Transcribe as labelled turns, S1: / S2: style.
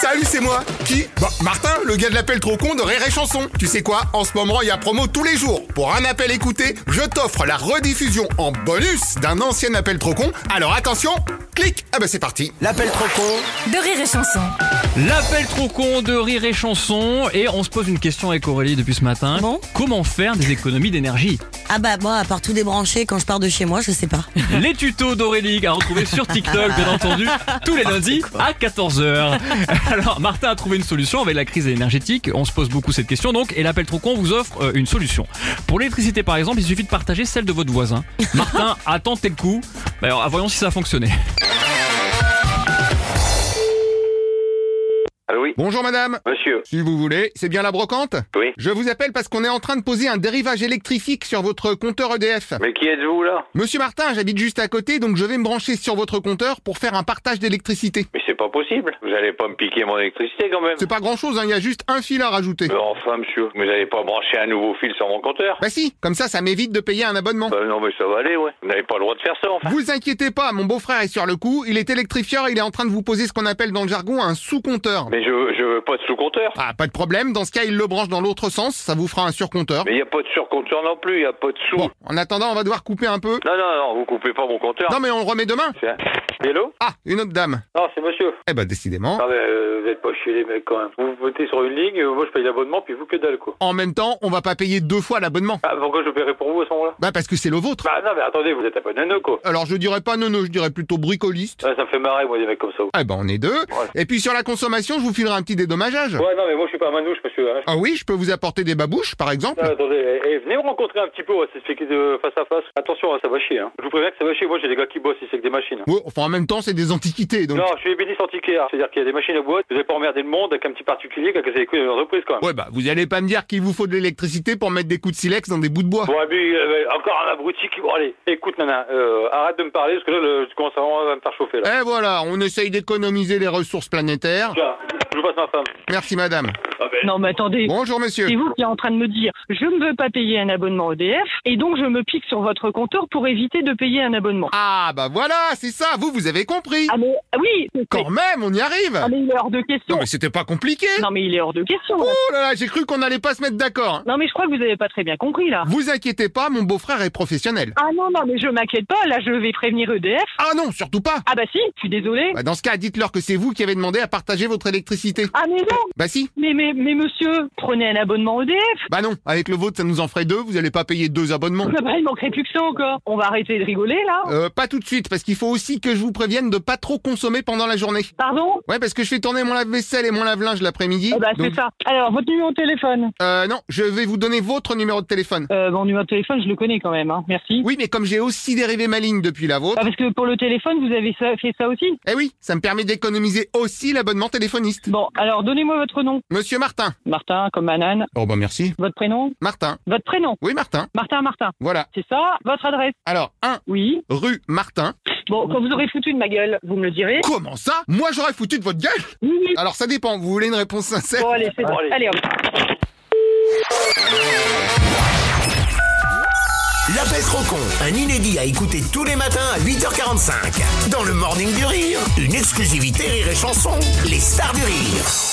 S1: Salut, c'est moi. Qui Bah, Martin, le gars de l'appel trop con de Rire et Chanson. Tu sais quoi En ce moment, il y a promo tous les jours. Pour un appel écouté, je t'offre la rediffusion en bonus d'un ancien appel trop con. Alors attention, clique. Ah bah c'est parti.
S2: L'appel trop con
S3: de rire et chanson.
S4: L'appel trop con de rire et chanson et on se pose une question avec Aurélie depuis ce matin.
S5: Bon.
S4: Comment faire des économies d'énergie
S5: Ah bah moi, à part tout débrancher quand je pars de chez moi, je sais pas.
S4: Les tutos d'Aurélie à retrouver sur TikTok bien entendu tous les lundis à 14h. Alors Martin a trouvé une solution avec la crise énergétique, on se pose beaucoup cette question donc et l'appel trop con vous offre euh, une solution. Pour l'électricité par exemple, il suffit de partager celle de votre voisin. Martin a tenté le coup. Bah, Alors voyons si ça a fonctionné.
S6: Allô, Ah oui,
S1: Bonjour madame.
S6: monsieur.
S1: Si vous voulez, c'est bien la brocante
S6: Oui.
S1: Je vous appelle parce qu'on est en train de poser un dérivage électrifique sur votre compteur EDF.
S6: Mais qui êtes-vous là
S1: Monsieur Martin, j'habite juste à côté, donc je vais me brancher sur votre compteur pour faire un partage d'électricité.
S6: Mais c'est pas possible. Vous allez pas me piquer mon électricité quand même.
S1: C'est pas grand chose, il y a juste un fil à rajouter.
S6: Mais enfin, monsieur, vous allez pas brancher un nouveau fil sur mon compteur
S1: Bah si, comme ça, ça m'évite de payer un abonnement.
S6: Bah non, mais ça va aller, ouais. Vous n'avez pas le droit de faire ça, enfin.
S1: Vous inquiétez pas, mon beau-frère est sur le coup, il est électrifieur, il est en train de vous poser ce qu'on appelle dans le jargon un sous-compteur.
S6: Mais je, je veux pas de sous-compteur.
S1: Ah, pas de problème, dans ce cas, il le branche dans l'autre sens, ça vous fera un surcompteur.
S6: Mais y a pas de surcompteur non plus, y a pas de sous.
S1: Bon, en attendant, on va devoir couper un peu.
S6: Non, non, non, vous coupez pas mon compteur.
S1: Non mais on le remet demain
S6: C'est un- Hello
S1: Ah, une autre dame.
S6: Non, c'est monsieur.
S1: Eh bah décidément.
S6: Non, mais euh, vous êtes pas chez les mecs quand même. Vous votez sur une ligne, euh, moi je paye l'abonnement, puis vous que dalle quoi.
S1: En même temps, on va pas payer deux fois l'abonnement.
S6: Ah, pourquoi je paierai pour vous à ce moment-là
S1: Bah parce que c'est le vôtre.
S6: Bah non, mais attendez, vous êtes un peu nano quoi.
S1: Alors je dirais pas nono, je dirais plutôt bricoliste.
S6: Ouais, ça me fait marrer, moi, des mecs comme ça.
S1: Eh ben on est deux.
S6: Voilà.
S1: Et puis sur la consommation, je vous filerai un petit dédommageage.
S6: Ouais, non, mais moi je suis pas un manouche, monsieur. hein.
S1: Ah oui, je peux vous apporter des babouches par exemple.
S6: Ah, attendez, eh, eh, venez me rencontrer un petit peu, on va s'expliquer de euh, face à face. Attention, hein, ça va chier. Hein. Je vous préviens que ça va chier, moi j'ai des gars qui bossent ici avec des machines.
S1: Ouais, enfin en même temps, c'est des antiquités donc.
S6: Non, je suis ébéniste antiquaire, c'est-à-dire qu'il y a des machines à boîte, vous n'allez pas emmerder le monde avec un petit particulier qui a cassé les couilles d'une entreprise quand même.
S1: Ouais bah vous allez pas me dire qu'il vous faut de l'électricité pour mettre des coups de silex dans des bouts de bois.
S6: Bon, et puis, euh, encore un abruti qui... Bon, allez, écoute, nana, euh, arrête de me parler, parce que là, le- je commence à vraiment à me faire chauffer, là.
S1: Eh voilà, on essaye d'économiser les ressources planétaires.
S6: Tiens, je vous passe ma femme.
S1: Merci madame.
S6: Ah, ben,
S7: Non, Ah, mais attendez.
S1: Bonjour
S7: C'est
S1: monsieur.
S7: vous qui êtes en train de me dire, je ne veux pas payer un abonnement EDF, et donc je me pique sur votre compteur pour éviter de payer un abonnement.
S1: Ah bah voilà, c'est ça, vous vous avez compris.
S7: Ah mais ah oui, c'est-
S1: Quand même, on y arrive.
S7: ah, mais il est hors de question.
S1: Non mais c'était pas compliqué.
S7: Non mais il est hors de question. là.
S1: Oh là là, j'ai cru qu'on n'allait pas se mettre d'accord. hein.
S7: Non mais je crois que vous n'avez pas très bien compris là.
S1: Vous inquiétez pas, mon beau-frère est professionnel.
S7: Ah non non mais je m'inquiète pas, là je vais prévenir EDF.
S1: Ah non, surtout pas.
S7: Ah bah si, je suis désolée.
S1: Bah, dans ce cas, dites-leur que c'est vous qui avez demandé à partager votre électricité.
S7: Ah mais non,
S1: Bah si.
S7: mais mais mais monsieur, prenez un abonnement E EDF.
S1: Bah non, avec le vôtre, ça nous en ferait deux, vous allez pas payer deux abonnements.
S7: Ah bah, il manquerait plus que ça encore. On va arrêter de rigoler là.
S1: Euh, pas tout de suite, parce qu'il faut aussi que je vous prévienne de pas trop consommer pendant la journée.
S7: Pardon
S1: Ouais, parce que je fais tourner mon lave-vaisselle et mon lave-linge l'après-midi.
S7: Ah bah c'est
S1: donc,
S7: ça. Alors votre numéro de téléphone.
S1: euh, non, je vais vous donner votre numéro de téléphone.
S7: Euh, mon numéro de téléphone, je le connais quand même. Hein. Merci.
S1: Oui, mais comme j'ai aussi dérivé ma ligne depuis la vôtre,
S7: Ah, parce que pour le téléphone, vous avez ça- fait ça aussi
S1: eh oui, ça me permet d'économiser aussi l'abonnement téléphoniste.
S7: Bon, alors donnez-moi votre nom.
S1: Monsieur Martin.
S7: Martin, comme banane.
S1: Oh bah merci.
S7: Votre prénom
S1: Martin.
S7: Votre prénom.
S1: Oui, Martin.
S7: Martin, Martin.
S1: Voilà.
S7: C'est ça Votre adresse
S1: Alors, 1
S7: Oui.
S1: rue Martin.
S7: Bon, quand vous aurez foutu de ma gueule, vous me le direz.
S1: Comment ça Moi j'aurais foutu de votre gueule
S7: Oui, oui.
S1: Alors ça dépend, vous voulez une réponse sincère
S7: Bon, allez, c'est bon.
S6: allez.
S7: Allez, hop.
S2: L'appel trop con, un inédit à écouter tous les matins à 8h45. Dans le Morning du Rire, une exclusivité Rire et Chanson, les stars du rire.